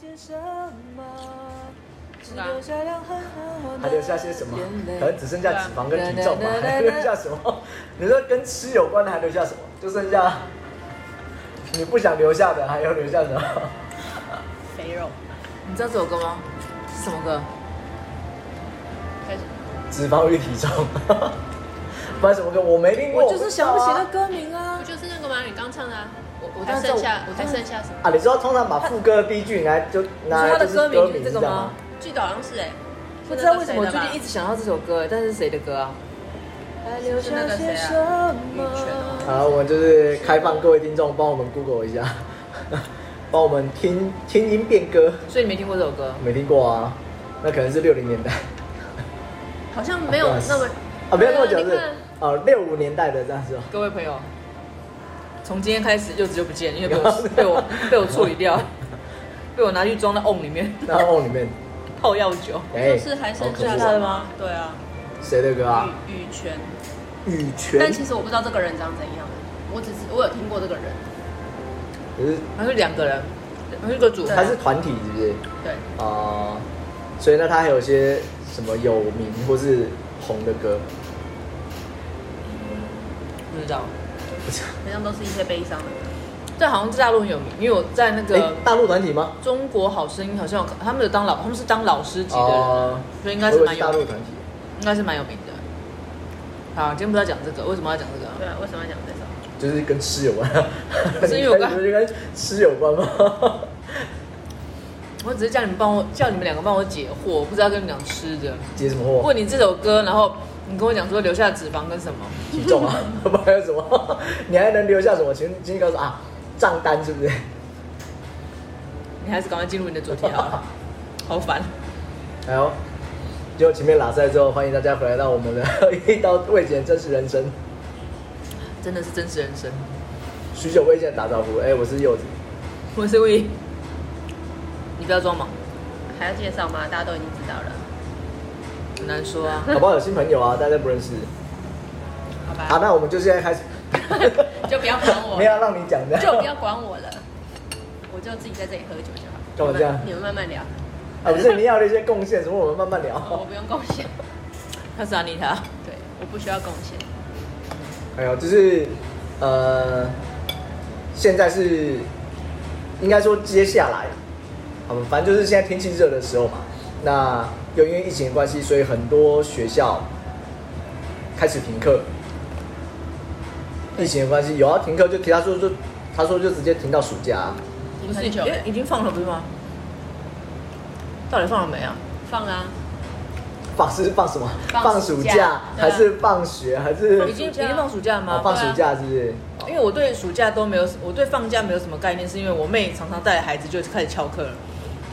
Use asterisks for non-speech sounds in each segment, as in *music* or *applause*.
些什么？只吧留下两痕和我还留下些什么？可能只剩下脂肪跟体重嘛，还留下什么？你说跟吃有关的还留下什么？就剩下你不想留下的，还要留下什么？ *laughs* 肥肉你知道这首歌吗？是什么歌？开始。脂肪与体重， *laughs* 不然什么歌？我没听过，我就是想不起那知道歌名啊不。哦就是那个吗？你刚唱的、啊，我我还当时剩下我，还当时剩下什啊。啊，么？你知道通常把副歌的第一句拿来就拿来就是歌名，知道吗？记得好像是哎、不知道啊为什么我是那最个谁的吧近一直想到这首歌，但是谁的歌啊？还留是那下个谁些啊什么羽泉啊哦？好，我们就是开放各位听众帮我们 Google 一下， *laughs* 帮我们听听音辨歌，所以你没听过这首歌？没听过啊，那可能是六零年代。好像没有那么啊，没有那么久对是啊你看哦，六五年代的这样子哦。各位朋友，从今天开始柚子就不见了，因为被 *laughs* 我被我被我处理掉，被我拿去装到瓮里面然后里面，泡药酒。就哎、是还好剩可下惜什哦么？对啊，谁的歌啊？羽羽泉。嗯羽泉但，其实我不知道这个人长怎样，我只是我有听过这个人。可是他是两个人，他是个组合他是团体是不是？对，啊、所以那他还有些什么有名或是红的歌？不知道。不是，好像都是一些悲伤的。这好像在大陆很有名，因为我在那哎、个大陆团体吗？中国好声音好像有他们有当老，他们是当老师级的人，哦、所以应应该是蛮有大陆名，团体。应该是蛮有名的。好，今天不是要讲这个，为什么要讲这个啊？对啊，为什么要讲这首？就是跟吃有关， *laughs* 是因为我刚 *laughs* 你们就跟吃有关吗？ *laughs* 我只是叫你们帮我，叫你们两个帮我解惑，我不知道跟你们讲吃的。解什么惑？问你这首歌，然后你跟我讲说留下脂肪跟什么？体重啊， *laughs* 不然还有什么？ *laughs* 你还能留下什么？请请你告诉我啊，账单是不是？你还是赶快进入你的主题好 *laughs* 了，好烦。哎呦，就前面拉塞之后，欢迎大家回来到我们的 *laughs* 一刀未剪真实人生，真的是真实人生。许久未见打招呼，哎、我是 *laughs* 柚子，我是 We，你不要装忙，还要介绍吗？大家都已经知道了，很难说啊。搞不好有新朋友啊，大家不认识。好好、吧？那我们就现在开始， *laughs* 就不要管我啊 *laughs* 没有让你讲的，就不要管我了，我就自己在这里喝酒就好。干嘛这样你们慢慢聊， *laughs* 啊，不是你要的一些贡献，什么我们慢慢哦聊。我不用贡献。他是安妮塔，对，我不需要贡献。哎呦，就是呃，现在是应该说接下来，好吧，反正就是现在天气热的时候嘛。那又因为疫情的关系，所以很多学校开始停课。疫情的关系，有要停课就停，他说就他说就直接停到暑假、啊。你不是很已久经已经放了不是吗？到底放了没啊？放啊，放 *laughs* 是放什么？放暑暑假假对啊还是放学还是已经已经放暑假了吗哦？放对啊暑假是不是？因为我对暑假都没有，我对放假没有什么概念，是因为我妹常常带孩子就开始翘课了，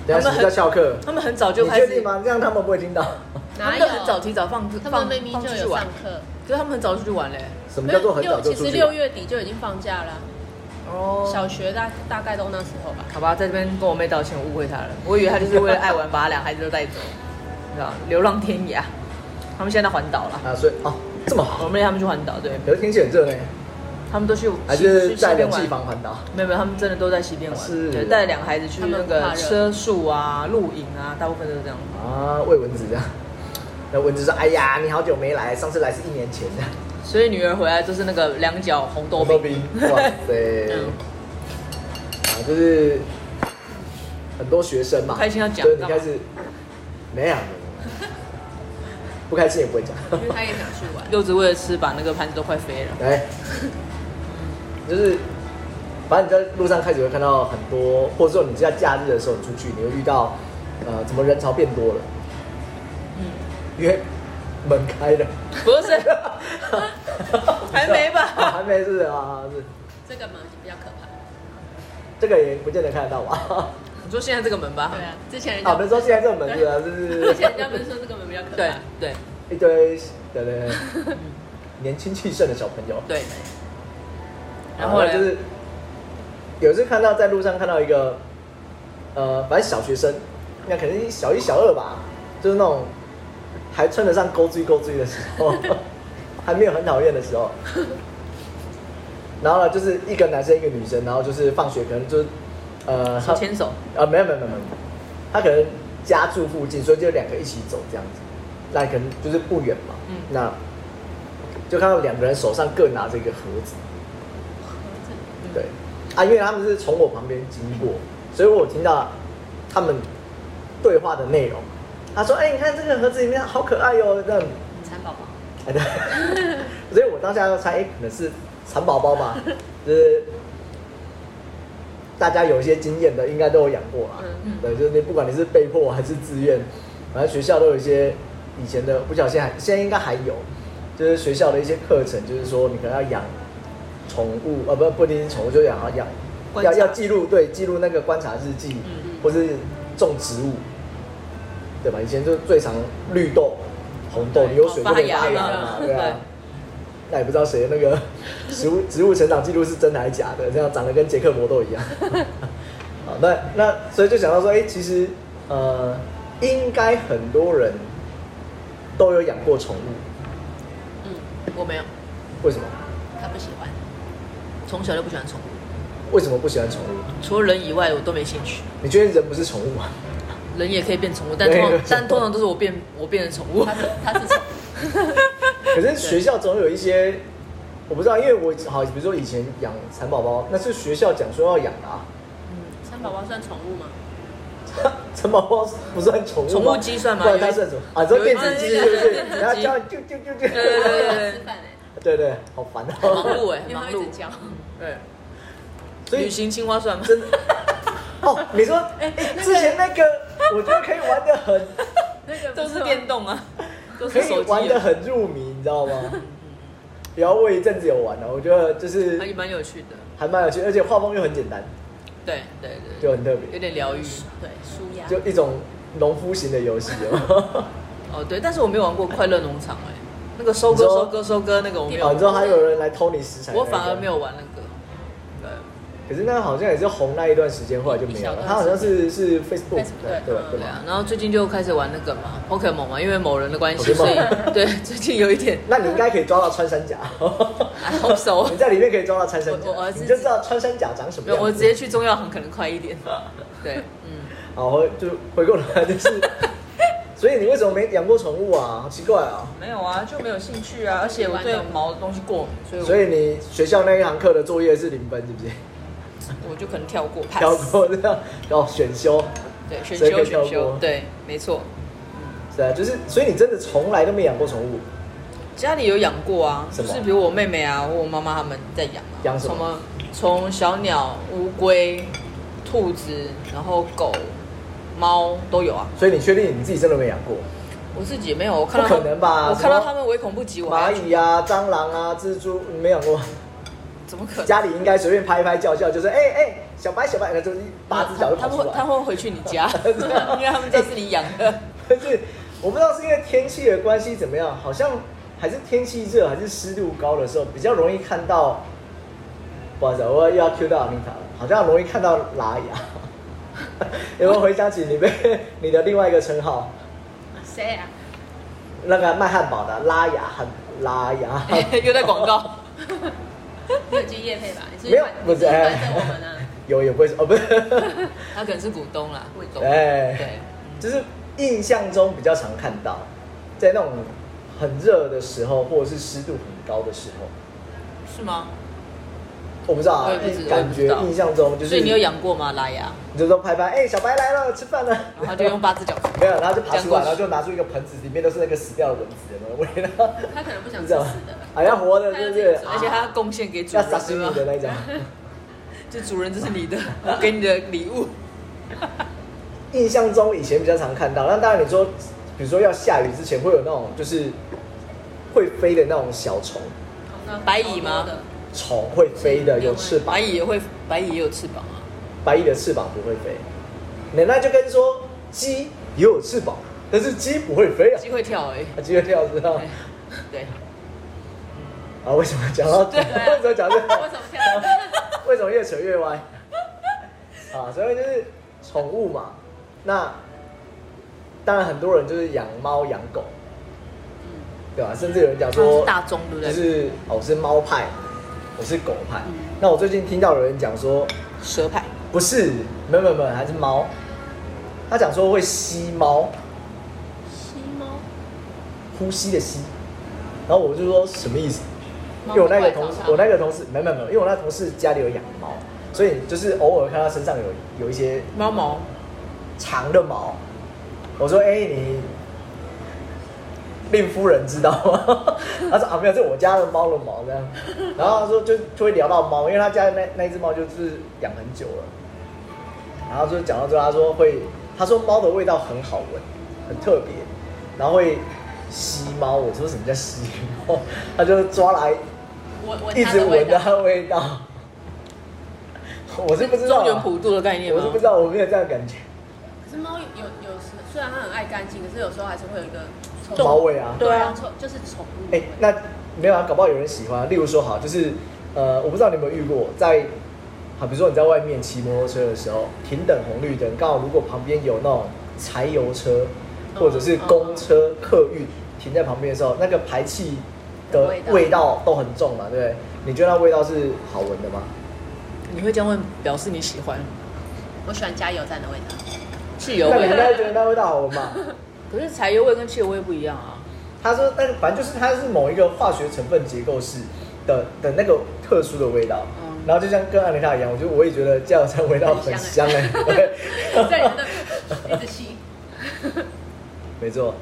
等一他们下暑很假翘课，他们很早就你开确始定，吗？这样他们不会听到。他哪们有啊都很早提早放他放们明明放出就去有上玩，课，可是他们很早出去玩嘞。什么叫做很早就六出其去？实六月底就已经放假了，哦小学大大概都那时候吧。好吧，在这边跟我妹道歉，我误会她了。我以为她就是为了爱玩，把她两孩子都带走，你知道，流浪天涯。他们现在在环岛了，啊，所以哦这么好，我妹他们去环岛，对可是天气很热呢，他们都去还去是去在西边冷气玩。房环岛？没有没有，他们真的都在西边玩，啊是对，带两个孩子去他们那不怕个热车宿啊、露营啊，大部分都是这样。啊，喂蚊子这样。那蚊子说：“哎呀，你好久没来，上次来是一年前的。所以女儿回来就是那个两脚红”豆豆饼，冰，哇塞！ *laughs* 嗯啊，就是很多学生嘛，开心要讲所以你干嘛开始没有，没有没有不开心也不会讲。因为他也想去玩。柚子为了吃把那个盘子都快飞了。来， *laughs* 就是反正你在路上开始会看到很多，或者说你在假日的时候你出去，你会遇到呃，怎么人潮变多了？嗯，因为门开了，不 *laughs* 是， *laughs* 还没吧啊还没是不是啊，是 *laughs* 这个嘛就比较可怕。这个也不见得看得到 *laughs* 吧？你说现在这个门吧？对啊，之前人家啊，不是说现在这个门是啊，是之前人是家不是说这个门比较可怕？对对一堆对对 *laughs* 对年轻气盛的小朋友，对，然后啊嘞就是有一次看到在路上看到一个，呃，反正小学生，那可能小一小二吧，就是那种还穿得上勾追勾追的时候， *laughs* 还没有很讨厌的时候。然后呢，就是一个男生一个女生，然后就是放学可能就是呃，手牵手，啊，没有没有没有没有，他可能家住附近，所以就两个一起走这样子，那可能就是不远嘛，嗯那就看到两个人手上各拿着一个盒子，对，啊，因为他们是从我旁边经过，所以我有听到他们对话的内容，他说：“哎、你看这个盒子里面好可爱哟、这样。蚕宝宝，哎对， *laughs* 所以我当下就猜，哎、可能是蚕宝宝吧，就是大家有一些经验的，应该都有养过啊啦。嗯对，就是你不管你是被迫还是自愿，反正学校都有一些以前的，不小心还现在应该还有，就是学校的一些课程，就是说你可能要养宠物，呃，不不一定是宠物，就养要养，观察要要记录，对，记录那个观察日记，嗯或是种植物，对吧？以前就最常绿豆、红豆，对你有水就可以发发芽芽了 *laughs* 嘛，了对对啊。那也不知道谁的那个 *laughs* 植物植物成长记录是真的还是假的，这样长得跟杰克魔豆 *laughs* 一样。好，那那所以就想到说，哎、其实呃，应该很多人都有养过宠物，嗯，我没有，为什么？他不喜 *laughs* 欢，从小就不喜欢宠物，为什么不喜欢宠物？除了人以外我都没兴趣。你觉得人不是宠物 *laughs* 吗？人也可以变宠物，但通对常但通常都是我变我变成宠物他。是他是宠可是学校总有一些，我不知道，因为我好，比如说以前养蚕宝宝，那是学校讲说要养的啊。蚕宝宝算宠物吗？ *laughs* 蚕宝宝不算宠物吗，宠物鸡算吗不然它算什么？啊，这有一电子鸡是不有一是只电子？鸡然后叫啾啾啾 *laughs* 对对啾，对它对吃饭哎，对对，好烦很 *laughs* 忙哦。碌哎，很因为忙它会一碌直。叫，对，所旅以行青蛙算吗？真哦，你说哎之前那个，我觉得可以玩的很，那个不都是吗电动 *laughs* 啊，都可是手以玩机的啊，很入迷，你知道吗？然后我一阵子有玩啊了，我觉得就是还蛮有趣的。还蛮有趣，而且画风又很简单，对对对，就很特有别，点疗愈。对舒压，就一种农夫型的游戏哦。哦，对，但是我没有玩过快乐农场哎，那个收割你说收割收割那个我没有 *laughs* 哦，你，知道还有人来偷你食材，哎我反而没。有玩那个。对，可是那好像也是红那一段时间，后来就没有了。他好像是是 Facebook 对对对对吧啊，？然后最近就开始玩那个嘛，Pokemon 嘛，因为某人的关系， Pokemon 所以对 *laughs* 最近有一点那你应该可以抓到穿 *laughs* 山甲， I hope so *laughs* 你在里面可以抓到穿山甲我我儿，子你就知道穿山甲长什么没有，样。我直接去中药行可能快一点。对，嗯，好回就回过 *laughs* 来就是，所以你为什么没养过宠物啊？好奇怪啊！没有啊，就没有兴趣啊，而且我对毛的东西过敏，所以我所以你学校那一堂课的作业是零分，是不是？我就可能跳过 pass。跳过这样哦，选修对，选所以可修以跳选过修，对，没错。是啊，就是所以你真的从来都没养过宠物，家里有养过啊，什就么是比如我妹妹啊，或我妈妈他们在养啊，养什么么从小鸟、乌龟、兔子，然后狗、猫都有啊。所以你确定你自己真的没养过？我自己也没有，我看到不可他们能吧我看到什么他们唯恐不及，我哎还蚂要去蚁啊、蟑螂啊、蜘蛛，你没养过？怎么 *laughs* 可能？家里应该随便拍一拍叫叫，就是哎哎、小白小白，然后就是一八只脚就他跑们出会他来。，们会回去你家 *laughs* *laughs* 对啊因为他们家是你养 *laughs* 的。但是我不知道是因为天气的关系怎么样，好像还是天气热还是湿度高的时候，比较容易看到。不好意思，我又要 Q 到阿米塔了，好像容易看到拉牙。 *laughs* 有没有回想起你被你的另外一个称号，谁啊？那个卖汉堡的拉牙汉拉牙？ *laughs* 又在广告，你有去夜配吧？你是没有反不是哎你是反正我们啊，有也不会说哦，不是。他可能是股东啦，股东。哎对，就是印象中比较常看到，在那种很热的时候，或者是湿度很高的时候，是吗？我不知道我啊也不知，感我也不知觉道印象中就是，所以你有，养过吗？拉牙，你就说拍拍，哎、小白来了，吃饭了，然后他就用八只脚。 *laughs* 没有，然后就爬出来，这样过去然后就拿出一个盆子，里面都是那个死掉的蚊子的味 *laughs* 道，他可能不想哎吃你知道吗死的吧？？啊，要活的，对不对？而且他贡献给主要人，杀死对你吗的？那一种，就主人，这是你的，我给你的礼物。印象中以前比较常看到。那当然你说，比如说要下雨之前会有那种就是会飞的那种小虫，那白蚁吗好多的虫会飞的，有翅膀白。蚁也会，白蚁也有翅膀啊。白蚁的翅膀不会飞，那那就跟说鸡也有翅膀，但是鸡不会飞啊，机会跳哎、啊鸡会跳知道吗对对，啊？为什么讲到对啊 *laughs* 为什么讲这为什么跳？ *laughs* 为什么越扯越歪？啊，所以就是宠物嘛，那当然很多人就是养猫养狗，对吧、甚至有人讲它说嗯啊是大众对不对就是嗯哦，我是猫派，我是狗派。那我最近听到有人讲说，蛇派不是，没有没有没有，还是猫。他讲说会吸猫，吸猫，呼吸的吸。然后我就说什么意思？因为我那个同事，我那个同事，没有没有没有，因为我那同事家里有养猫，所以就是偶尔看他身上有有一些猫毛，长的毛。我说：“哎、你令夫人知道吗？” *laughs* 他说：“啊，没有，这是我家的猫的毛这样。”然后他说就就会聊到猫，因为他家的那那一只猫就是养很久了。然后就讲到最后，他说会，他说猫的味道很好闻，很特别，然后会吸猫。我说什么叫吸猫？他就抓来我我一家直的味闻啊道，它的味道。我是不知道啊，中原普渡的概念我吗是？不知道，我没有这样的感觉。可是猫有有时虽然它很爱干净，可是有时候还是会有一个臭猫味啊，对啊臭就是宠物哎、味。那没有啊，搞不好有人喜欢。例如说，好，就是呃，我不知道你有没有遇过，在好，比如说你在外面骑摩托车的时候，平等红绿灯，刚好如果旁边有那种柴油车嗯或者是公车、客运停在旁边的时候，那个排气的味道味道都很重嘛，对不对？你觉得那味道是好闻的吗？你会这样问，表示你喜欢我喜欢加油站的 *laughs* 味道，汽油那你应味，该觉得那味道好闻吧？可是柴油味跟汽油味不一样啊。他说，那个反正就是它是某一个化学成分结构式的的那个特殊的味道，嗯然后就像跟安妮塔一样，我觉得我也觉得加油站味道很香哎、在你欸，的一直吸。 *laughs* 没错，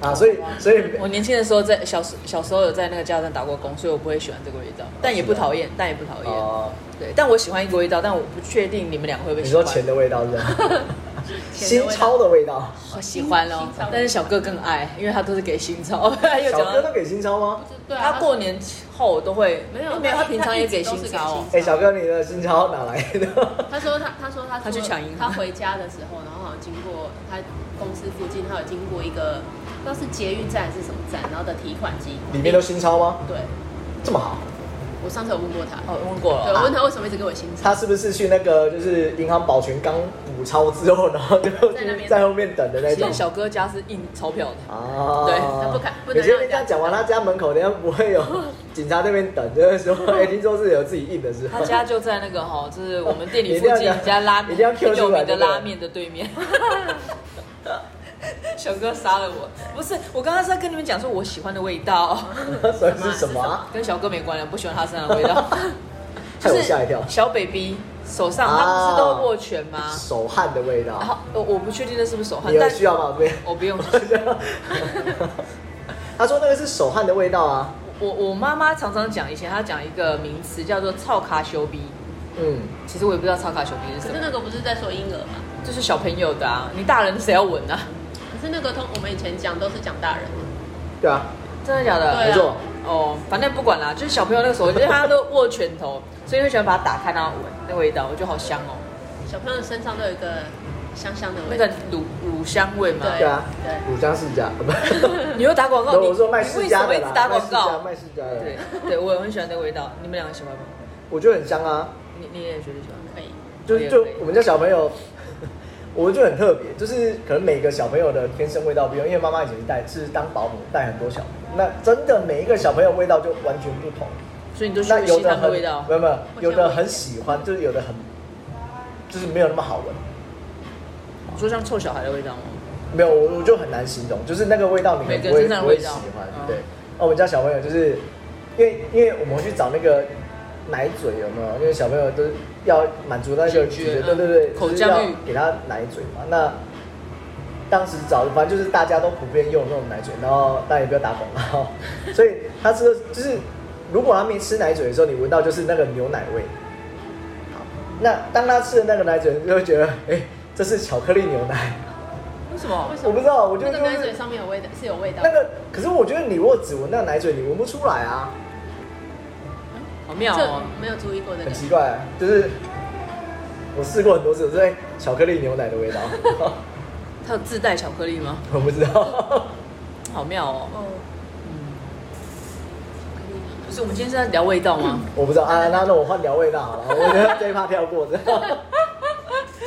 啊，所以所以我年轻的时候在小时小时候有在那个加油站打过工，所以我不会喜欢这个味道，但也不讨厌，但也不讨厌。哦、对，但我喜欢一个味道，但我不确定你们两个会不会你喜欢。说钱的味道是吧？钱的新味道钞的味道，我喜欢哦新潮，但是小哥更爱，因为他都是给新 *laughs* 钞。又小讲哥到都给新钞吗？不是对啊，他过年后都会没有没有，他他平常也给新他一直都钞是哦给新。哎、小哥，你的新钞哪来 *laughs* 的？他说他他说他他去抢银行他回家的时候，然后好像经过他公司附近，他有经过一个不知道是捷运站还是什么站，然后的提款机里面都新钞吗？对，这么好，我上次有问过他，哦，问过对，了。我问他为什么一直给我新钞，他是不是去那个就是银行保全刚补钞之后，然后就在那边等在后面等的那其种实？小哥家是印钞 *laughs* 票的，哦，对他不敢不有能些让人人这样家讲完，他家门口等一下不 *laughs* 会有警察那边等，就是说，哎、听说是有自己印的是吧他？家就在那个哈，哦就是我们店一里附定要近讲一家拉一面定要 cue 很有出来名对的不对拉面的对面。 *laughs* 小哥杀了我，不是，我刚刚是在跟你们讲说我喜欢的味道， *laughs* *laughs* 所以是什么、啊？跟小哥没关了，不喜欢他身上的味道。 *laughs* 害我吓一跳，小 baby 手上，啊他不是哦都会握拳吗？手汗的味然道后。啊我我不确定那是不是手汗你，有但哦需要吗？ *laughs* 对。我不用。他说那个是手汗的味道啊。我我妈妈常常讲，以前她讲一个名词叫做“操卡修逼嗯，”，其实我也不知道“操卡修逼”是可什是么，那个不是在说婴儿嘛，就是小朋友的啊，你大人谁要闻啊？可是那个通我们以前讲都是讲大人的，对啊，真的假对啊的没？错。哦，反正不管啦，就是小朋友那个时候，因为他都握拳头，所以会喜欢把它打开然后闻那味道，我觉得好香哦，小朋友身上都有一个香香的那味道个，乳乳香味嘛。对啊对，乳香世 *laughs* 家，不你又打广告，不，你我说卖哦你世为什家么一的直啦，打卖广世家，告？卖世家的对。对，我很喜欢那个味道，你们两个喜欢吗？我觉得很香啊，你你也觉得喜欢？可以，就可以就可以我们家小朋友， *laughs* 我就很特别，就是可能每个小朋友的天生味道不一样，因为妈妈以前是带是当保姆带很多小朋友，那真的每一个小朋友味道就完全不同。所以你都喜那欢有西的餐的很味道没？有没有，有的很喜欢，就是有的很，就是没有那么好闻。你说像臭小孩的味道吗？没有，我我就很难形容，就是那个味道你可能每个不会身上的不会味喜道欢。嗯对，哦那我们家小朋友就是，因为因为我们会去找那个奶嘴有没有？因为小朋友都是要满足那个咀咀嚼嚼，嗯对对对，口就是腔要欲给他奶嘴嘛。那当时找，反正就是大家都普遍用那种奶嘴，然后大家也不要打广 *laughs* 告，所以他吃的就是，如果他没吃奶嘴的时候，你闻到就是那个牛奶味。那当他吃的那个奶嘴，你就会觉得，哎、这是巧克力牛奶。为什么为？什哦我么不知道，我就那就是个奶嘴上面有味道是有味道那，个，可是我觉得你如果只闻那个奶嘴，你闻不出来啊，好妙这哦！没有注意过这个，很奇怪、就是我试过很多次，我说哎巧克力牛奶的味道， *laughs* 它有自带巧克力吗？我不知道。 *laughs* 好妙哦！哦，不是，我们今天是在聊味道吗？我不知道啊，那那我换聊味道好了，我觉得这一趴跳过，这样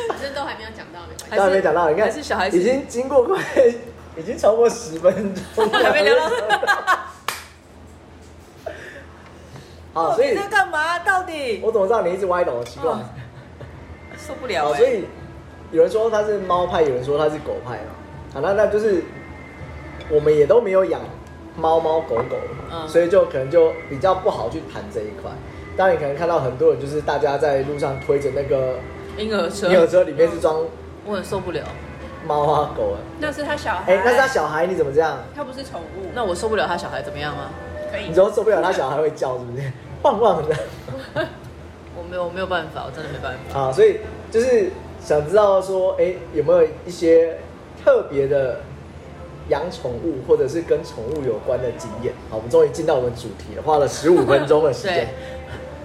反正都还没有讲到，没关系。还是刚才没讲到，你看，还是小孩子已经经过快，已经超过十分钟了，还没聊到。 *laughs* 好，所以哦你在干嘛？到底哦我怎么知道你一直歪头？奇怪，嗯受不了、啊欸。所以有人说它是猫派，有人说它是狗派嘛。啊，那那就是我们也都没有养猫猫狗狗，嗯所以就可能就比较不好去谈这一块。当然，你可能看到很多人就是大家在路上推着那个婴儿车，嗯婴儿车，里面是装我很受不了。猫啊狗啊。那是他小孩，哎、那是他小孩，你怎么这样？他不是宠物，那我受不了他小孩怎么样啊？可以你都受不了他小孩会叫，是不 *laughs* 是？汪汪的。我没有，我没有办法，我真的没办法。啊，所以就是想知道说，哎、有没有一些特别的养宠物或者是跟宠物有关的经验？好，我们终于进到我们主题了，花了十五分钟的时 *laughs* 对间。，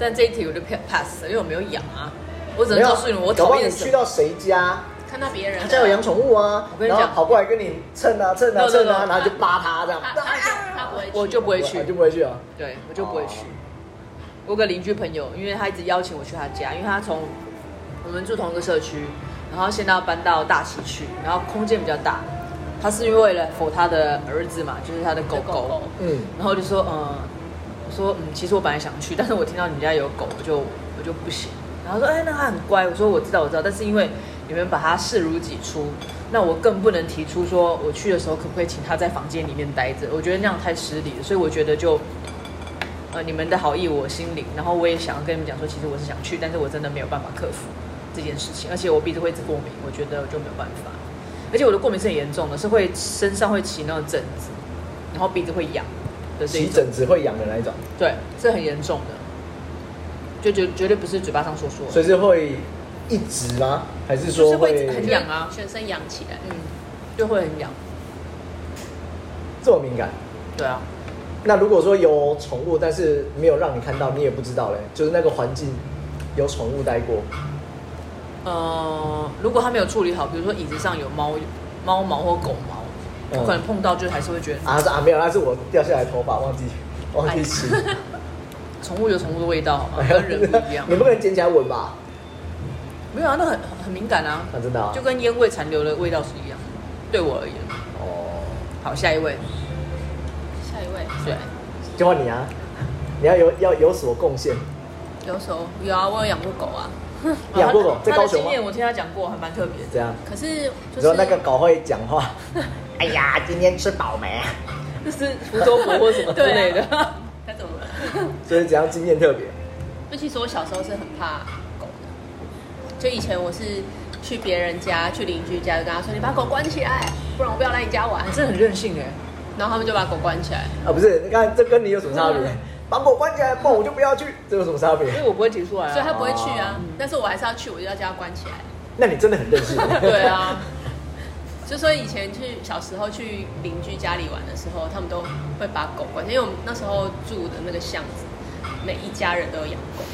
但这一题我就 pa- pass，了因为我没有养啊，我只没能有告诉你我搞不讨好厌你什么。去嗯到谁家，看到别人他家有养宠物啊我，跟你然讲后跑过来跟你蹭啊蹭啊 No, no, 蹭 no 啊，然后就扒他这样，他他他不会去，我就不会去啊就不会去啊。对，我就不会去哦。我有个邻居朋友，因为他一直邀请我去他家，因为他从我们住同一个社区，然后现在要搬到大溪去，然后空间比较大。他是为了否他的儿子嘛，就是他的狗狗，狗狗嗯，然后就说，嗯，我说，嗯，其实我本来想去，但是我听到你们家有狗，我就我就不行。然后说，哎，那它很乖。我说我知道，我知道，但是因为你们把它视如己出，那我更不能提出说我去的时候可不可以请它在房间里面待着，我觉得那样太失礼了。所以我觉得就，呃，你们的好意我心领，然后我也想要跟你们讲说，其实我是想去，但是我真的没有办法克服这件事情，而且我鼻子会一直过敏，我觉得就没有办法。而且我的过敏是很严重的，是会身上会起那种疹子，然后鼻子会痒的这一起种。疹子会痒的那一种，对，这很严重的，就绝绝对不是嘴巴上说说。所以是会一直吗？还是就说是会会很痒啊全身养起来，嗯，就会很痒。这么敏感？对啊，那如果说有宠物，但是没有让你看到，你也不知道嘞，就是那个环境有宠物待过，呃，如果他没有处理好，比如说椅子上有猫猫毛或狗毛，嗯我可能碰到就还是会觉得啊是啊没有，那是我掉下来的头发忘记忘记清，宠物有宠物的味哎 *laughs* 道，好 *laughs* 吗？跟人不一样你。不可能捡起来闻吧？没有啊，那很很敏感啊，啊真的啊就跟烟味残留的味道是一样的，对我而言。哦，好，下一位，下一位对，就换你啊，你要有要有所贡献，有手有啊，我有养过狗啊， *laughs* 养过狗啊啊他在他高的雄经吗？验我听他讲过，还蛮特别的。这样，可是就是你说那个狗会讲 *laughs* 话，哎呀，今天吃饱没？就是 *laughs* 福 *laughs* 州博或什么之类对的。他怎么了？所以怎样经验特别？那其实我小时候是很怕狗的，就以前我是去别人家、去邻居家，就跟他说：“你把狗关起来，不然我不要来你家玩。 *laughs* 你真的很任性哎、”然后他们就把狗关起来。啊不是，你看这跟你有什么差嗯别？把狗关起来，不然我就不要去，这有什么差别所？以我不会提出来、啊。所以他不会去啊哦，但是我还是要去，我就要叫他关起来。 *laughs* 那你真的很任性。 *laughs* 对啊，，就所以以前去小时候去邻居家里玩的时候，他们都会把狗关，因为我们那时候住的那个巷子，每一家人都有养狗，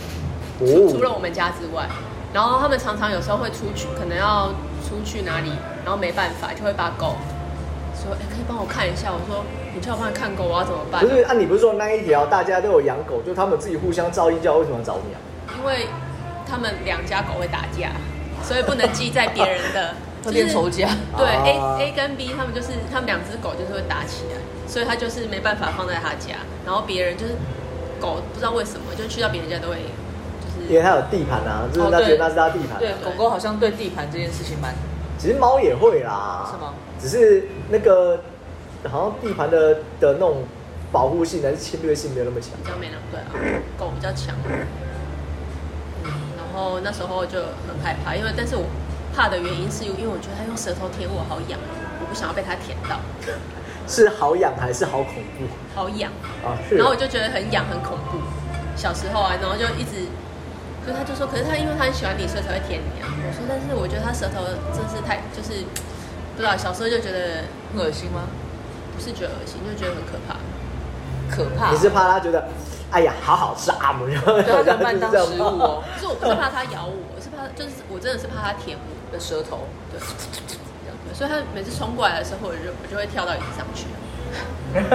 哦除除了我们家之外，然后他们常常有时候会出去，可能要出去哪里，然后没办法就会把狗说，哎、可以帮我看一下，我说你叫我帮你看狗，我要怎么办不？是，啊，你不是说那一条大家都有养狗，就他们自己互相照应，叫为什么要找你啊？因为他们两家狗会打架，所以不能记在别人的会变仇家对啊 A A 跟 B，他们就是他们两只狗就是会打起来，所以他就是没办法放在他家，然后别人就是狗不知道为什么就去到别人家都会就因是为它有地盘啊，就是哦他对觉得那是他地盘、对啊。，狗狗好像对地盘这件事情蛮……其实猫也会啦，是吗？只是那个好像地盘的的那种保护性还是侵略性没有那么强。比较没那么对啊，狗比较强。嗯，然后那时候就很害怕，因为但是我怕的原因是因为我觉得它用舌头舔我好痒，我不想要被它舔到，是好养还是好恐怖好痒。啊？是然后我就觉得很痒，很恐怖。小时候啊，然后就一直，就他就说，可是他因为他很喜欢你，所以才会舔你啊。我说，但是我觉得他舌头真是太，就是不知道，小时候就觉得很恶心吗？不是觉得恶心，就觉得很可怕。可怕。你是怕它觉得，哎呀，好好吃啊，我们就对它可能 *laughs* 把你当食物哦，可是我不是怕他咬我，我是怕，就是我真的是怕他舔我，的舌头。对。这样所以他每次冲过来的时候，我就我就会跳到椅子上去。哎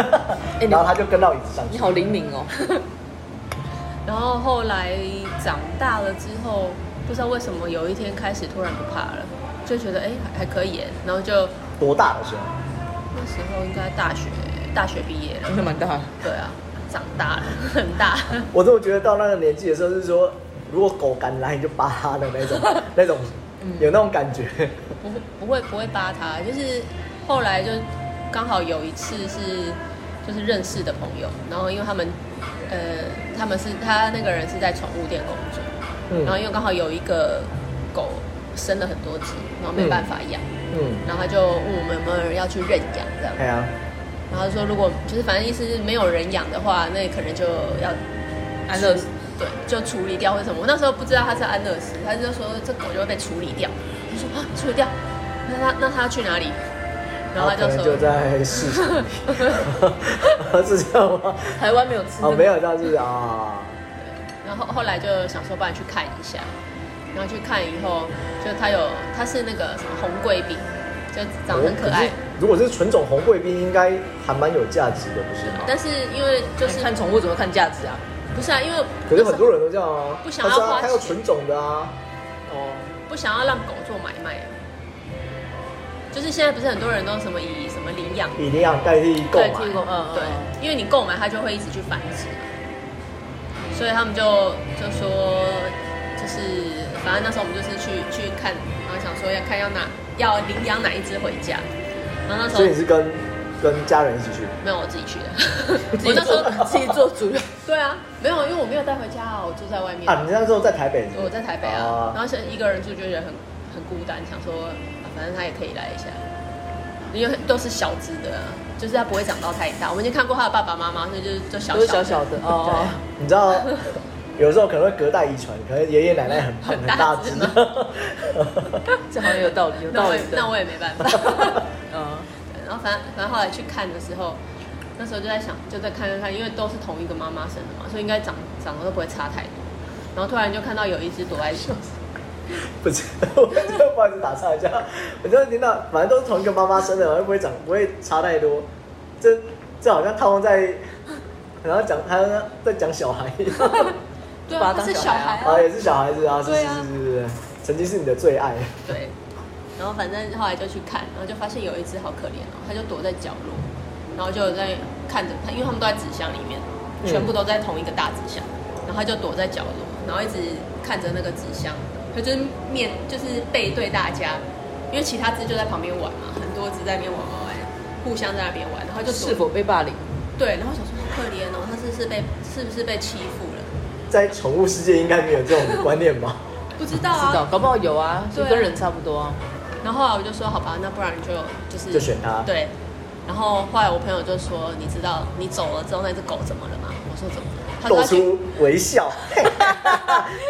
你然后它就跟到椅子上去。你好灵敏 *laughs* 哦，然后后来长大了之后，不知道为什么有一天开始突然不怕了，就觉得哎、还还可以耶，然后就多大的时候？那时候应该大学大学毕业了，真的蛮大的。对啊，长大了，很大。我怎么觉得到那个年纪的时候是说，如果狗敢来你就扒它的那种 *laughs* 那种，嗯有那种感觉。不会不会不会扒他，就是后来就刚好有一次是就是认识的朋友，然后因为他们呃他们是他那个人是在宠物店工作，嗯然后因为刚好有一个狗生了很多只，然后没办法养，嗯，然后他就问我们有没有人要去认养这样，哎呀，然后他说如果就是反正意思是没有人养的话，那可能就要安乐处死嗯对，就处理掉或什么。我那时候不知道它是安乐死，他就说这狗就会被处理掉。我说啊，处理掉，那它那它要去哪里？然后他可就能说就在市场里， *laughs* 是这样吗？台湾没有吃哦，没有，这样是啊，然后后来就想说，不然去看一下。然后去看以后，就它有它是那个什么红贵宾，就长得很可爱。哦是如果是纯种红贵宾，应该还蛮有价值的，不是吗？但是因为就是看宠物怎么看价值啊？不是啊，因为可是很多人都这样啊，不想要他是啊花他要钱纯种的啊，哦，不想要让狗做买卖啊，就是现在不是很多人都什么以什么领养以领养代替啊购对，买提。供，嗯，对对，，因为你购买它就会一直去繁殖嘛，所以他们就就说，就是反正那时候我们就是去去看，然后想说要看要哪要领养哪一只回家，然后那时候所以你是跟跟家人一起去？没有我自己去的，自 *laughs* 我己那时做候自己 *laughs* 做主人，对啊，没有，因为我没有带回家啊，我住在外面，啊，你那时候在台北是不是？我在台北啊哦，然后是一个人住就觉得很很孤单，想说、啊反正它也可以来一下，因为都是小只的啊、就是它不会长到太大，我们已经看过它的爸爸妈妈，所以就是就小都是小 *laughs* 小的小的哦，你知道，有时候可能会隔代遗传，可能爷爷奶奶很胖很很大大只只。这好像有道理，有那道我理也的。那我也没办 *laughs* 法。嗯，对然后反正反正后来去看的时候，那时候就在想，就在看看看，因为都是同一个妈妈生的嘛，所以应该长长得都不会差太多。然后突然就看到有一只躲在，不是，我就不好意思打岔一下，我就听到，反正都是同一个妈妈生的，又不会长，不会差太多。这这好像套用在，然后讲他在讲小孩一样，对把啊，它它当是小小孩孩啊啊，啊，也是小孩子啊，是是对啊是是是，曾经是你的最爱。对。然后反正后来就去看，然后就发现有一只好可怜哦，它就躲在角落，然后就有在看着它，因为他们都在纸箱里面，嗯全部都在同一个大纸箱，然后它就躲在角落，然后一直看着那个纸箱，它就是面就是背对大家，因为其他只就在旁边玩嘛，很多只在那边玩玩玩，互相在那边玩，然后就躲是否被霸凌？对，然后想说好可怜哦，它是不是被是不是被欺负了？在宠物世界应该没有这种观念吧？不知道不知道，啊。搞不好有啊，就对啊跟人差不多啊。然后后来我就说好吧，那不然就就是就选它对。然后后来我朋友就说，你知道你走了之后那只狗怎么了吗？我说怎么了？他说露他去出微笑，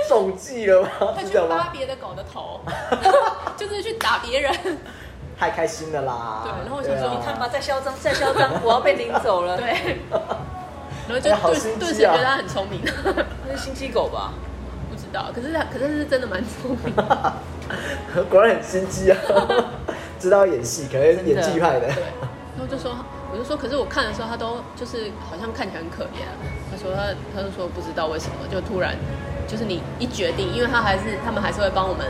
中计了吗？他是去这样扒吗？别的狗的 *laughs* 头，就是去打别人。太开心了啦！对然后我想说对啊你看吧，再嚣张，再嚣张，我要被领走 *laughs* 了。，对。 *laughs* 然后就哎好顿心机啊顿时觉得他很聪明， *laughs* 那是心机狗吧？不知道，可是他可是他是真的蛮聪明的。 *laughs* 果然很心机啊， *laughs* 知道演戏，可能是演技派的。 *laughs* 对，然后就说，我就说，可是我看的时候，他都就是好像看起来很可怜啊、他说他他就说不知道为什么，就突然就是你一决定，因为他还是他们还是会帮我们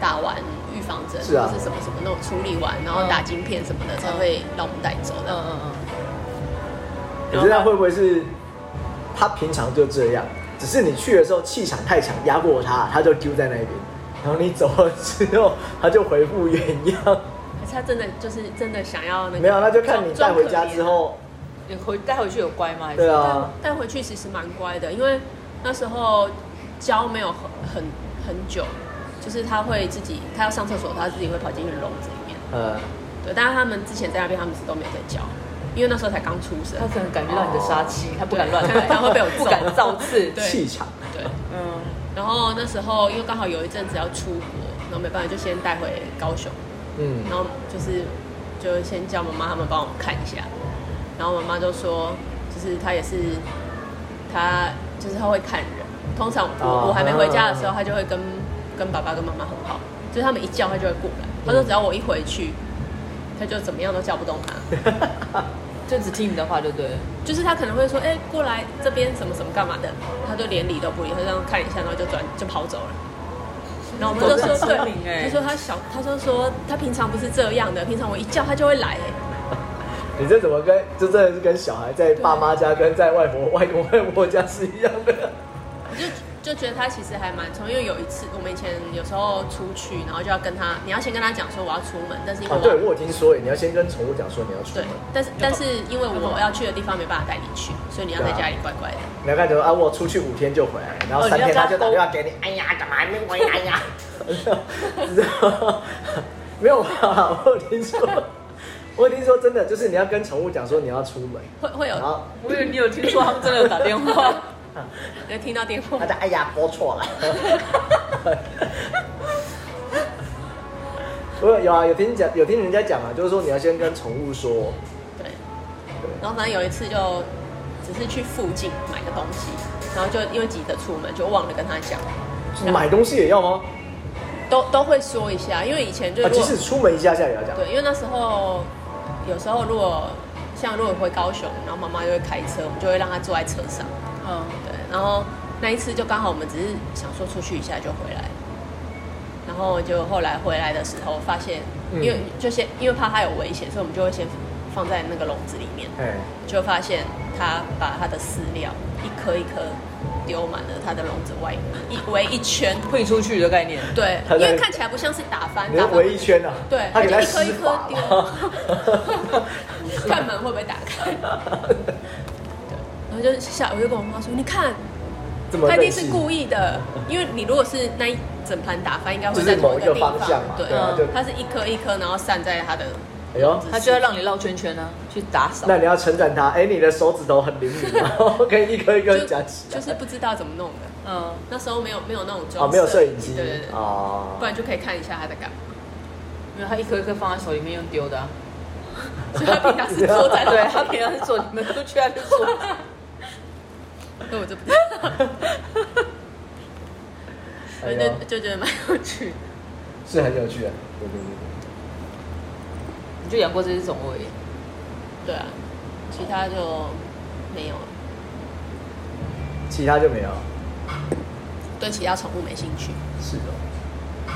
打完预防针，是啊或是什么什么那种处理完，然后嗯打晶片什么的，才嗯会让我们带走嗯的。嗯嗯。你知道会不会是他平常就这样，只是你去的时候气场太强压过他，他就丢在那边，然后你走了之后，他就回复原样。可是他真的就是真的想要那个，没有，那就看你带回家之后。后，你回带回去有乖吗？还是对啊，带回去其实蛮乖的，因为那时候教没有很很很久，就是他会自己，他要上厕所，他自己会跑进去笼子里面。呃，对，但是他们之前在那边，他们是都没有在教，因为那时候才刚出生他。可能感觉到你的杀气，他不敢乱对来，他会被我 *laughs* 不揍敢造次。对气场对，嗯，然后那时候因为刚好有一阵子要出国，然后没办法就先带回高雄，嗯， *laughs* 然后就是就先叫妈妈他们帮我们看一下，然后妈妈就说，就是她也是，她就是她会看人，通常我、哦我还没回家的时候，她就会跟跟爸爸跟妈妈很好，就是他们一叫她就会过来，她说只要我一回去，她就怎么样都叫不动她。就只听你的话就对了。就是他可能会说，哎、过来这边什么什么干嘛的，他就连理都不理，他就这样看一下，然后就转就跑走了。然后我们就狗真说，的很聪明哎对，他说他小，他说说他平常不是这样的，平常我一叫他就会来，哎你这怎么跟这真的是跟小孩在爸妈家跟在外婆外公外婆家是一样的？我就就觉得他其实还蛮聪明，因为有一次我们以前有时候出去，然后就要跟他，你要先跟他讲说我要出门，但是因为啊，我对我有听说耶，你要先跟宠物讲说你要出对门，，但是但是因为要干我嘛要去的地方没办法带你去，所以你要在对啊家里乖乖的。你要跟他说啊，我出去五天就回来，然后哦三你要天他跟他就打沟电话给你，哎呀，干嘛还没回来 *laughs* 呀？知道没有吧？我有听说，我有听说真的就是你要跟宠物讲说你要出门，会会哦然有后我以为你有听说他们真的有打电话， *laughs* 有听到电话他，就哎呀播错了。我有有啊，有听讲，有听人家讲啊，就是说你要先跟宠物说，对。对，然后反正有一次就只是去附近买个东西，然后就因为急着出门就忘了跟他讲，嗯然后买东西也要吗？都都会说一下，因为以前就啊，如即果、使出门一下下也要讲。对，因为那时候有时候如果像如果回高雄，然后妈妈就会开车，我们就会让她坐在车上，嗯，对，然后那一次就刚好我们只是想说出去一下就回来，然后就后来回来的时候发现，嗯因为就先因为怕它有危险，所以我们就会先放在那个笼子里面，哎，就发现他把他的饲料一颗一颗丢满了他的笼子外面，一围一圈。退出去的概念，对，他因在为看起来不像是打翻，你打是翻围一圈啊？对，他给就他一颗一施颗法丢，了。*laughs* 看门会不会打开？ *laughs* 然后就下，我就跟我妈说，你看，怎么他一认定识是故意的，因为你如果是那一整盘打翻，应该会就是在同某一个个地方向嘛对对啊就，它是一颗一颗，然后散在它的哎呦，他就要让你绕圈圈啊，去打扫那。你要称赞他，哎，你的手指头很灵敏啊， *laughs* 可以一颗一颗就夹起来。就是不知道怎么弄的。嗯，那时候没有没有那种哦，装没有摄影机对对对，哦不，然就可以看一下他在干嘛。因为他一颗一颗放在手里面用丢的、啊，所以他平常是坐在 *laughs* 对对， *laughs* 他平常是做，你们出去他就做。 *laughs* 那我就不知道，哎反呦正就觉得蛮有趣的。是很有趣的。对对你就养过这只宠物而已，对啊，其他就没有了，对其他就没有了。对其他宠物没兴趣。是的，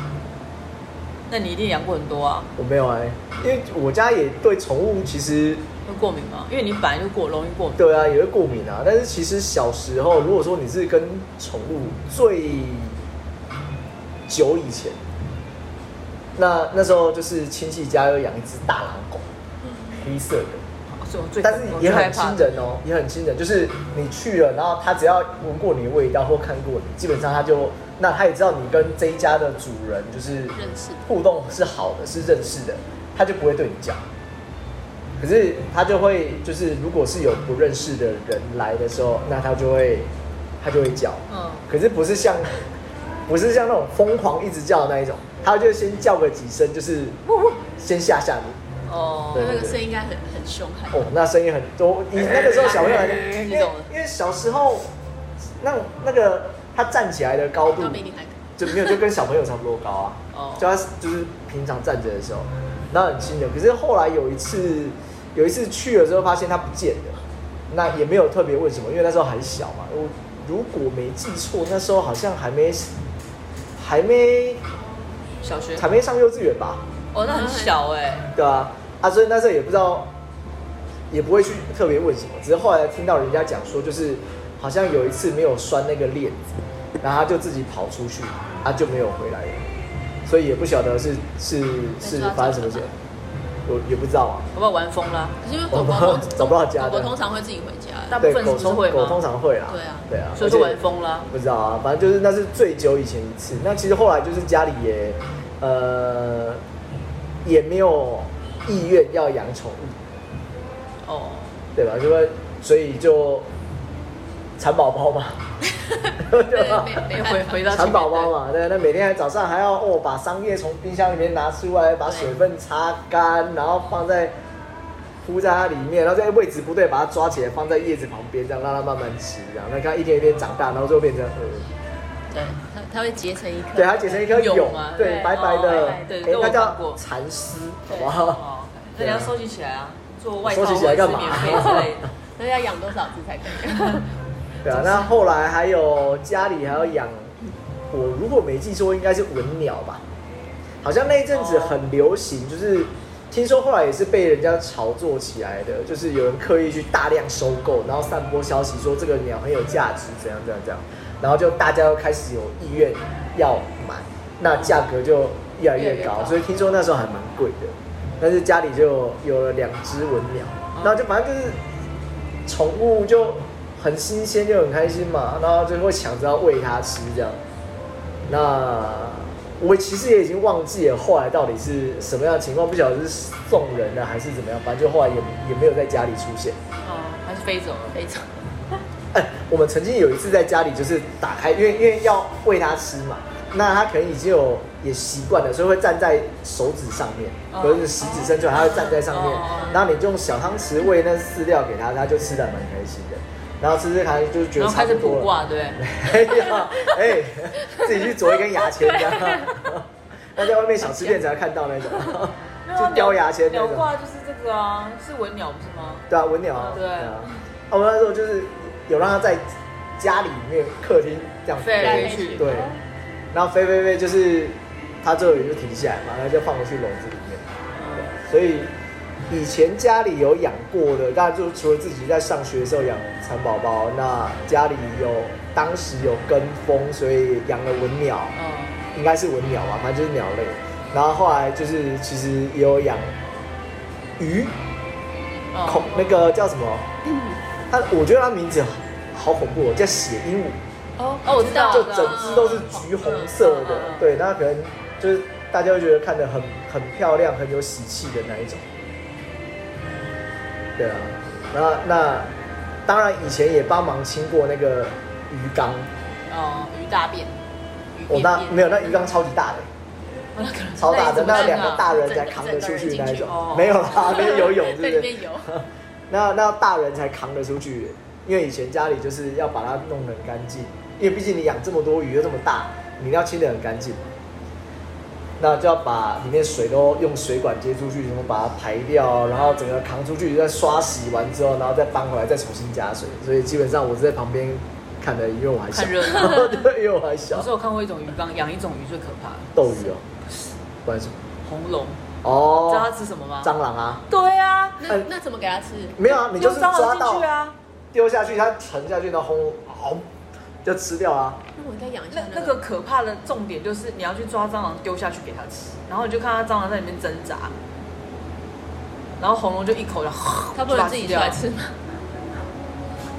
那你一定养过很多啊，我没有哎，因为我家也对宠物其实会过敏吗？因为你本来就过容易过敏。对啊，也会过敏啊。但是其实小时候，如果说你是跟宠物最久以前，那那时候就是亲戚家有养一只大狼狗，黑色的，所以我最但是我最也害很怕亲人哦，也很亲人。就是你去了，然后它只要闻过你的味道或看过你，基本上它就那它也知道你跟这一家的主人就是认识互动是好的，是认识的，它就不会对你讲。可是他就会就是，如果是有不认识的人来的时候，那他就会他就会叫，嗯，可是不是像 *laughs* 不是像那种疯狂一直叫的那一种，他就先叫个几声，就是呜呜先吓吓你。哦，他对那个声音应该很很凶悍。哦，那声音很多，你那个时候小朋友还因你为懂了因为小时候那那个他站起来的高度那比你还高就没有就跟小朋友差不多高啊。哦就他就是平常站着的时候，然后很亲人。可是后来有一次，有一次去了之后发现他不见了，那也没有特别问什么，因为那时候还小嘛。我如果没记错，那时候好像还没还没小学还没上幼稚园吧？哦，那很小哎、对啊，啊，所以那时候也不知道，也不会去特别问什么，只是后来听到人家讲说，就是好像有一次没有拴那个链子，然后他就自己跑出去，他就没有回来了，所以也不晓得是是是发生什么事，我也不知道啊。我不好玩疯了？可是因为我狗不狗知道通找不到家狗狗的，通常会自己回家。大部对分狗是都通会狗吗通？常会啦，对啊对啊，所以就而且玩疯了。不知道啊，反正就是那是最久以前一次。那其实后来就是家里也呃也没有意愿要养宠物，哦，对吧？就会，所以就蚕宝宝 *laughs* 嘛，对啊吧？没没哎办法回回到前面蚕宝宝，嘛，对，那每天还早上还要哦，把桑叶从冰箱里面拿出来，把水分擦干，然后放在铺在它里面，然后在位置不对把它抓起来，放在叶子旁边，这样让它慢慢吃，这样，那看它一点一点长大，然后最后变成呃，对，它它会结成一颗。对，它结成一颗蛹蛹嘛对，对白白的哦白白，的哎对我那看过叫蚕丝，好不对好？哦，那你要收集起来啊，做外套收集起来干嘛或者是免费之类 *laughs* 的。那要养多少只才可以？对啊，那后来还有家里还要养，我如果没记错，应该是文鸟吧？好像那一阵子很流行，就是听说后来也是被人家炒作起来的，就是有人刻意去大量收购，然后散播消息说这个鸟很有价值，怎样怎样怎样。然后就大家都开始有意愿要买，那价格就越来越越来越高，高所以听说那时候还蛮贵的，但是家里就有了两只文鸟，然后就反正就是宠物就很新鲜，就很开心嘛，然后就会抢着要喂它吃这样。那我其实也已经忘记了后来到底是什么样的情况，不晓得是送人啊了还是怎么样，反正就后来也也没有在家里出现。哦，还是飞走了，非常哎，我们曾经有一次在家里就是打开，因为因为要喂它吃嘛，那它可能已经有也习惯了，所以会站在手指上面，哦或者是食指伸出来，它会站在上面哦哦哦。然后你就用小汤匙喂那饲料给它，它就吃的蛮开心的。然后吃吃它就是觉然得后差开始不卜多了。卦，对不对？哎呀，哎，自己去啄一根牙签， *laughs* 这样。那在外面小吃店才会看到那种，就叼牙签那鸟种。卦就是这个啊，是文鸟不是吗？对啊，文鸟啊，啊对啊。啊，我们那时候就是有让它在家里面客厅这样飞来飞，飞去，对，然后飞飞飞就是它最后也就停下来嘛，然后就放回去笼子里面。对，所以以前家里有养过的，当然就除了自己在上学的时候养蚕宝宝，那家里有当时有跟风，所以养了文鸟，嗯，应该是文鸟吧，反正就是鸟类。然后后来就是其实也有养鱼，嗯恐那个叫什么？它我觉得它名字好恐怖、哦，叫血鹦鹉，哦哦，我知道，就我知道整只都是橘红色的嗯嗯嗯，对，那可能就是大家会觉得看得很很漂亮、很有喜气的那一种。对啊，那那当然以前也帮忙清过那个鱼缸，哦，鱼大便，鱼我、便哦那便没有，那鱼缸超级大的。哦 *laughs* 那可能是超大的，那那一整两个个大人才扛得出去那整一个人进去种哦，没有啦，那是 *laughs* 游泳，嗯在对里不对？面游，那那大人才扛得出去，因为以前家里就是要把它弄得很干净，因为毕竟你养这么多鱼又这么大，你要清得很干净嘛。那就要把里面水都用水管接出去，什么把它排掉，然后整个扛出去，再刷洗完之后，然后再搬回来，再重新加水。所以基本上我是在旁边看的，因为我还小 *laughs* 看热闹，对，因为我还小我是。有看过一种鱼缸，养一种鱼最可怕了， *laughs* 斗鱼哦，不然什么？红龙，哦，知道它吃什么吗？蟑螂啊，对啊，那那怎么给它吃？没有啊，你就是丢蟑抓螂进到去啊。丢下去，它沉下去，然后轰，轰就吃掉啊。那我再养一那下那那个个，可怕的重点就是你要去抓蟑螂丢下去给它吃，然后你就看它蟑螂在里面挣扎，然后红龙就一 *laughs* 口然后它不能自己出 *laughs* 抓来掉吃吗？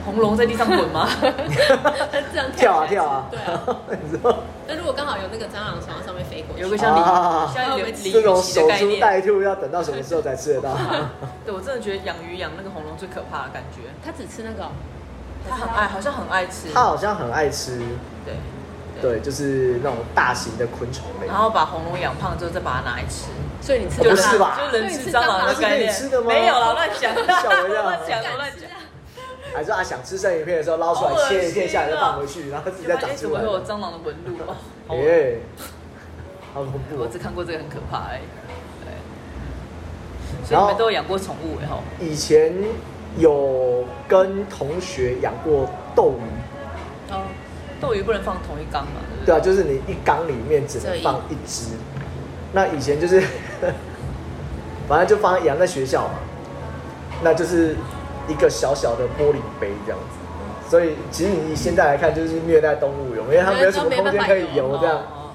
红龙在地上滚 *laughs* 吗？它 *laughs* 这样跳啊起来跳啊，吃对啊。 *laughs* 你知道那如果刚好有那个蟑螂从它上面飞过去，有个像鲤啊像鲤这种鱼鳍守的概株念。待兔要等到什么时候才吃得到？啊对，我真的觉得养鱼养那个红龙最可怕的感觉，它只吃那个哦，它很爱，好像很爱吃。它好像很爱吃，对哦对，就是那种大型的昆虫类然。后把红龙养胖之后再把它拿来吃，所以你吃不得是到吧就是人吃蟑螂的概念。那是可以吃的吗没有啦，乱讲，吓我一跳乱讲，我乱敢吃讲。啊还是啊，想吃剩一片的时候捞出来好恶心啊切一片下来就放回去，然后自己再长哦哎怎出么来哎会。有蟑螂的纹路？哦，好恶心耶，好恐怖我哦！只看过这个很可怕哎、对，所然以后你们都有养过宠物哎吼？以前有跟同学养过斗鱼，哦，斗鱼不能放同一缸嘛，对不对对？啊，就是你一缸里面只能放一只。那以前就是，反正就放养在学校嘛，那就是一个小小的玻璃杯这样子。所以其实你现在来看，就是虐待动物有没有？因为它没有什么空间可以游，这样哦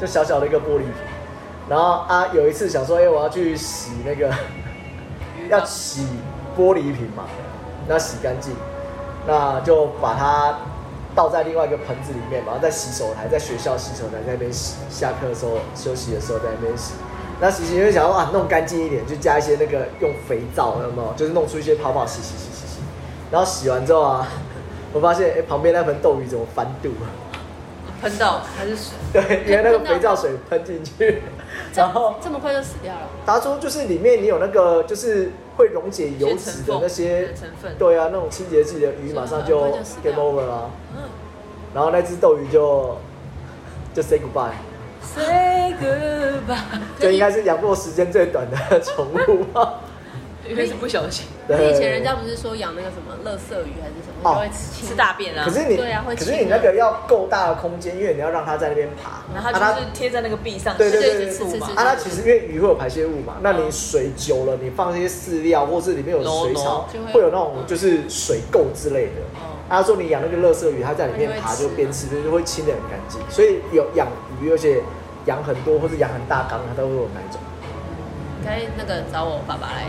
就小小的一个玻璃瓶。然后啊，有一次想说，哎、我要去洗那个，鱼缸要洗玻璃瓶嘛，那洗干净，那就把它倒在另外一个盆子里面嘛，然后在洗手台，在学校洗手台在那边洗，下课的时候休息的时候在那边洗。那洗洗就想说啊，弄干净一点，就加一些那个用肥皂，有没有？就是弄出一些泡泡，洗洗洗洗洗。然后洗完之后啊，我发现哎、旁边那盆斗鱼怎么翻肚了？喷到还是水对，因为那个肥皂水喷进去，然后这么快就死掉了，他说就是里面你有那个就是会溶解油脂的那一些些成分对啊，那种清洁剂的鱼马上就很快就死掉 game over 啦、嗯，然后那只斗鱼就就 say goodbye， ？Say goodbye，这应该是养过时间最短的宠物吧。因为是不小心 *laughs* 可是以前人家不是说养那个什么乐色鱼还是什么，哦都会吃青吃大便啊，可是你、对啊会可亲是你那个要够大的空间，因为你要让它在那边爬，然后啊它就是贴在那个壁上，对对对吃对对嘛对它啊，它其实因为鱼会有排泄物嘛，那你嗯水久了，你放一些饲料或是里面有水草就会，会有那种就是水垢之类的。哦他说你养那个乐色鱼，它在里面爬它就就会吃边吃，就是会清的很干净。所以有养鱼，而且养很多或者养很大缸，它都会有那一种。该那个找我爸爸来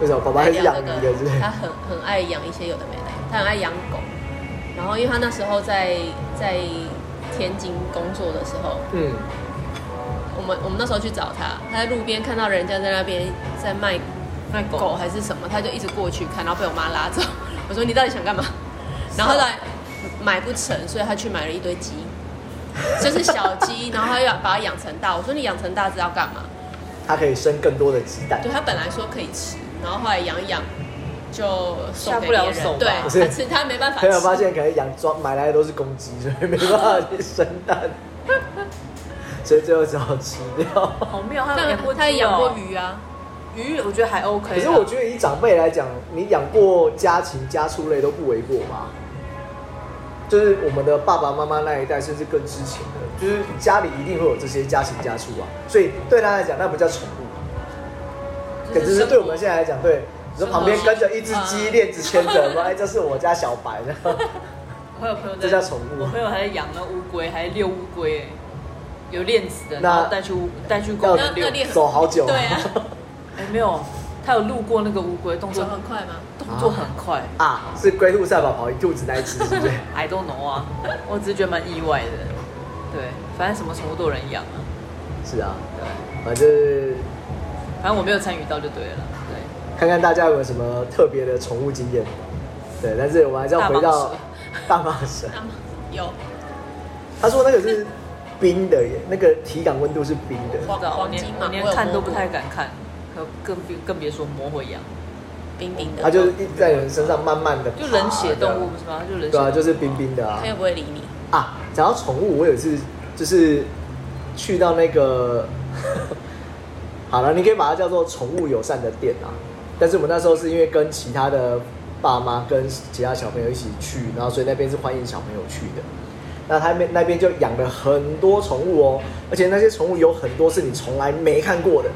为什么爸爸还是养那鱼个的之类他的？很很爱养一些有的没的，他很爱养狗。然后因为他那时候在在天津工作的时候， *laughs* 嗯，我们我们那时候去找他，他在路边看到人家在那边在卖那狗还是什么，他就一直过去看，然后被我妈拉走。 *laughs* 我说你到底想干嘛？ *laughs* 然后后来买不成，所以他去买了一堆鸡，就是小 *laughs* 鸡，然后他要把它养成大。我说你养成大只要干嘛？它可以生更多的鸡蛋对。他本来说可以吃，然后后来养一养就送下给不了别人手吧对，不是他吃他没办法朋吃。友发现可能养装买来的都是公鸡，所以没办法去生蛋， *laughs* 所以最后只好吃掉。好妙，他有但养过他也养过鸡哦，鱼啊，鱼我觉得还 OK 啊。可是我觉得以长辈来讲，你养过家禽家畜类都不为过吧？就是我们的爸爸妈妈那一代，甚至更之前的，就是家里一定会有这些家禽家畜啊，所以对他来讲，那不叫宠物。可就是只是生对我活啊们现在来讲，对，你说旁边跟着一只鸡，链子牵 *laughs* 着，说哎，这是我家小白的，我有朋友在这叫宠物我朋友还在养那乌龟，还遛乌龟、欸，有链子的，那然后带去乌带去公要园遛那。练很走好久。对啊，哎、没有，他有路过那个乌龟，动走作很快吗？动作很快。 *laughs* 啊，是龟兔赛跑跑一肚子那一只，是 *laughs* 不是？ *laughs* I don't know 啊，我只是觉得蛮意外的。对，反正什么宠物都有人养啊。是啊，对，反正反正我没有参与到就对了。对，看看大家有没有什么特别的宠物经验。对，但是我们还是要回到大蟒蛇。那么有他说那个是冰的耶，那个体感温度是冰的。不知道我黄连金我嘛，连我有看都摸不过太敢看，可更别更别说摸会养，冰冰的，它就是一直在人身上慢慢的，就冷血动物。不是吗？就冷血啊对动啊，物。就是冰冰的啊他。又不会理你。啊，讲到宠物，我有一次就是去到那个， *laughs* 好了，你可以把它叫做宠物友善的店啊。但是我们那时候是因为跟其他的爸妈跟其他小朋友一起去，然后所以那边是欢迎小朋友去的。那他们那边就养了很多宠物哦，而且那些宠物有很多是你从来没看过的。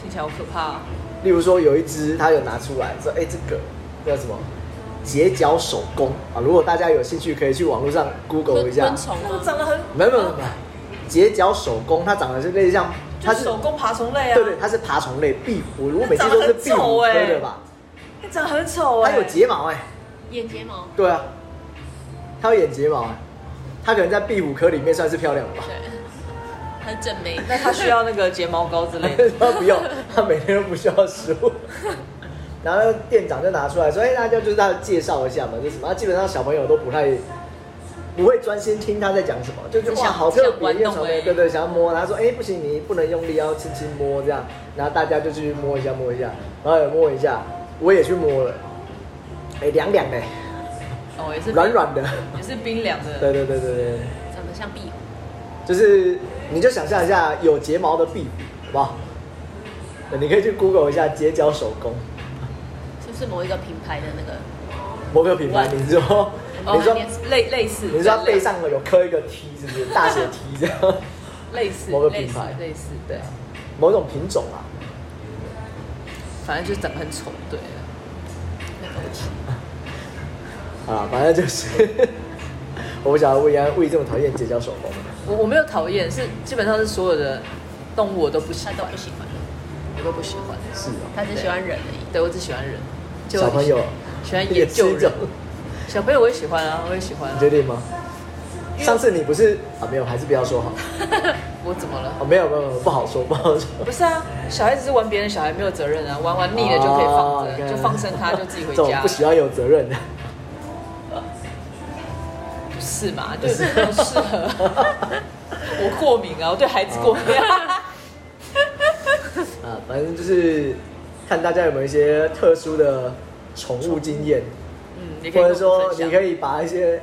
听起来好可怕、啊。例如说有一只，他有拿出来说，哎、这个叫什么？结角手工啊！如果大家有兴趣，可以去网络上 Google 一下。昆虫啊它吗？长得很，没有没有没有，结角手工，它长得是类似像，就它是是手工爬虫类啊。对对，它是爬虫类壁虎，如果每次都是壁虎欸科的吧，它长得很丑哎、它有睫毛哎、眼睫毛，对啊，它有眼睫毛哎、它可能在壁虎科里面算是漂亮的吧，对，很正眉。那它需要那个睫毛膏之类 *laughs* 的。它不用，它每天都不需要食物。然后那个店长就拿出来说：“哎、大家就是他介绍一下嘛，就什么，啊基本上小朋友都不太不会专心听他在讲什么，就就只哇想好特想别，玩因为弄小朋而友已对对想要摸，然后说哎、不行，你不能用力，要轻轻摸这样，然后大家就去摸一下摸一下，然后也摸一下，我也去摸了，哎、凉凉的，哦，也是软，软的，也是冰凉的。对对对对对，长得像壁虎，就是你就想象一下有睫毛的壁虎，好不好？对你可以去 Google 一下结角手工。是不是某一个品牌的那个？某个品牌，你说，哦你说，类类似，你说背上有刻一个 T 是不是？大写 T 这样，类似某个品牌类似类似对，某种品种啊。反正就是长得很丑，对。啊，反正就是， *laughs* 我不晓得魏安魏这么讨厌结交手工，我我没有讨厌，是基本上是所有的动物我都不喜他欢，都不喜欢，我都不喜欢。是哦，他只喜欢人而已。对我只喜欢人，就小朋友喜欢也研究是一种人，，小朋友我也喜欢啊，我也喜欢、啊。你确定吗？上次你不是啊？没有，还是不要说好。 *laughs* 我怎么了？啊，没有没有，没有不好说，不好说。不是啊，小孩子是玩别人小孩，没有责任啊，玩玩腻了就可以放着，哦就放生他，就自己回这种家。不喜欢有责任的。不是嘛？就是不适合。 *laughs* 我过敏啊，我对孩子过敏、哦啊。 *laughs* 啊，反正就是看大家有没有一些特殊的宠物经验。 *laughs* 嗯，你可以或跟者我说们分你享可以把一些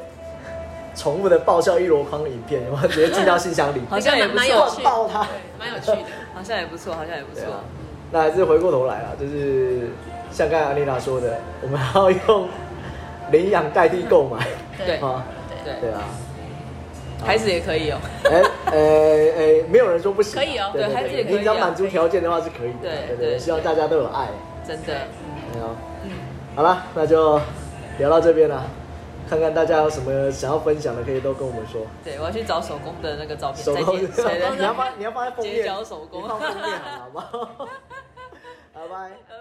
宠物的爆笑一箩筐影片， *laughs* 然后直接进到信箱里，好像也不蛮错有灌趣爆它的，。蛮有趣的。好像也不错，好像也不对错。啊，那还是回过头来啊，就是像刚才安妮娜说的，我们要用领养代替购买 *laughs* 对啊，对，对啊，孩子也可以哦。哎呃呃，没有人说不行可啊，以哦对对孩子也可以啊你只要满足条件的话是可以的，对对对对，希望大家都有爱，真的，对啊，嗯，好了，那就聊到这边了。看看大家有什么想要分享的，可以都跟我们说。对，我要去找手工的那个照片，手工再见谁的的你要放你要放在封面，结交手工 *laughs* 你放封面好了好不好？拜拜。拜拜。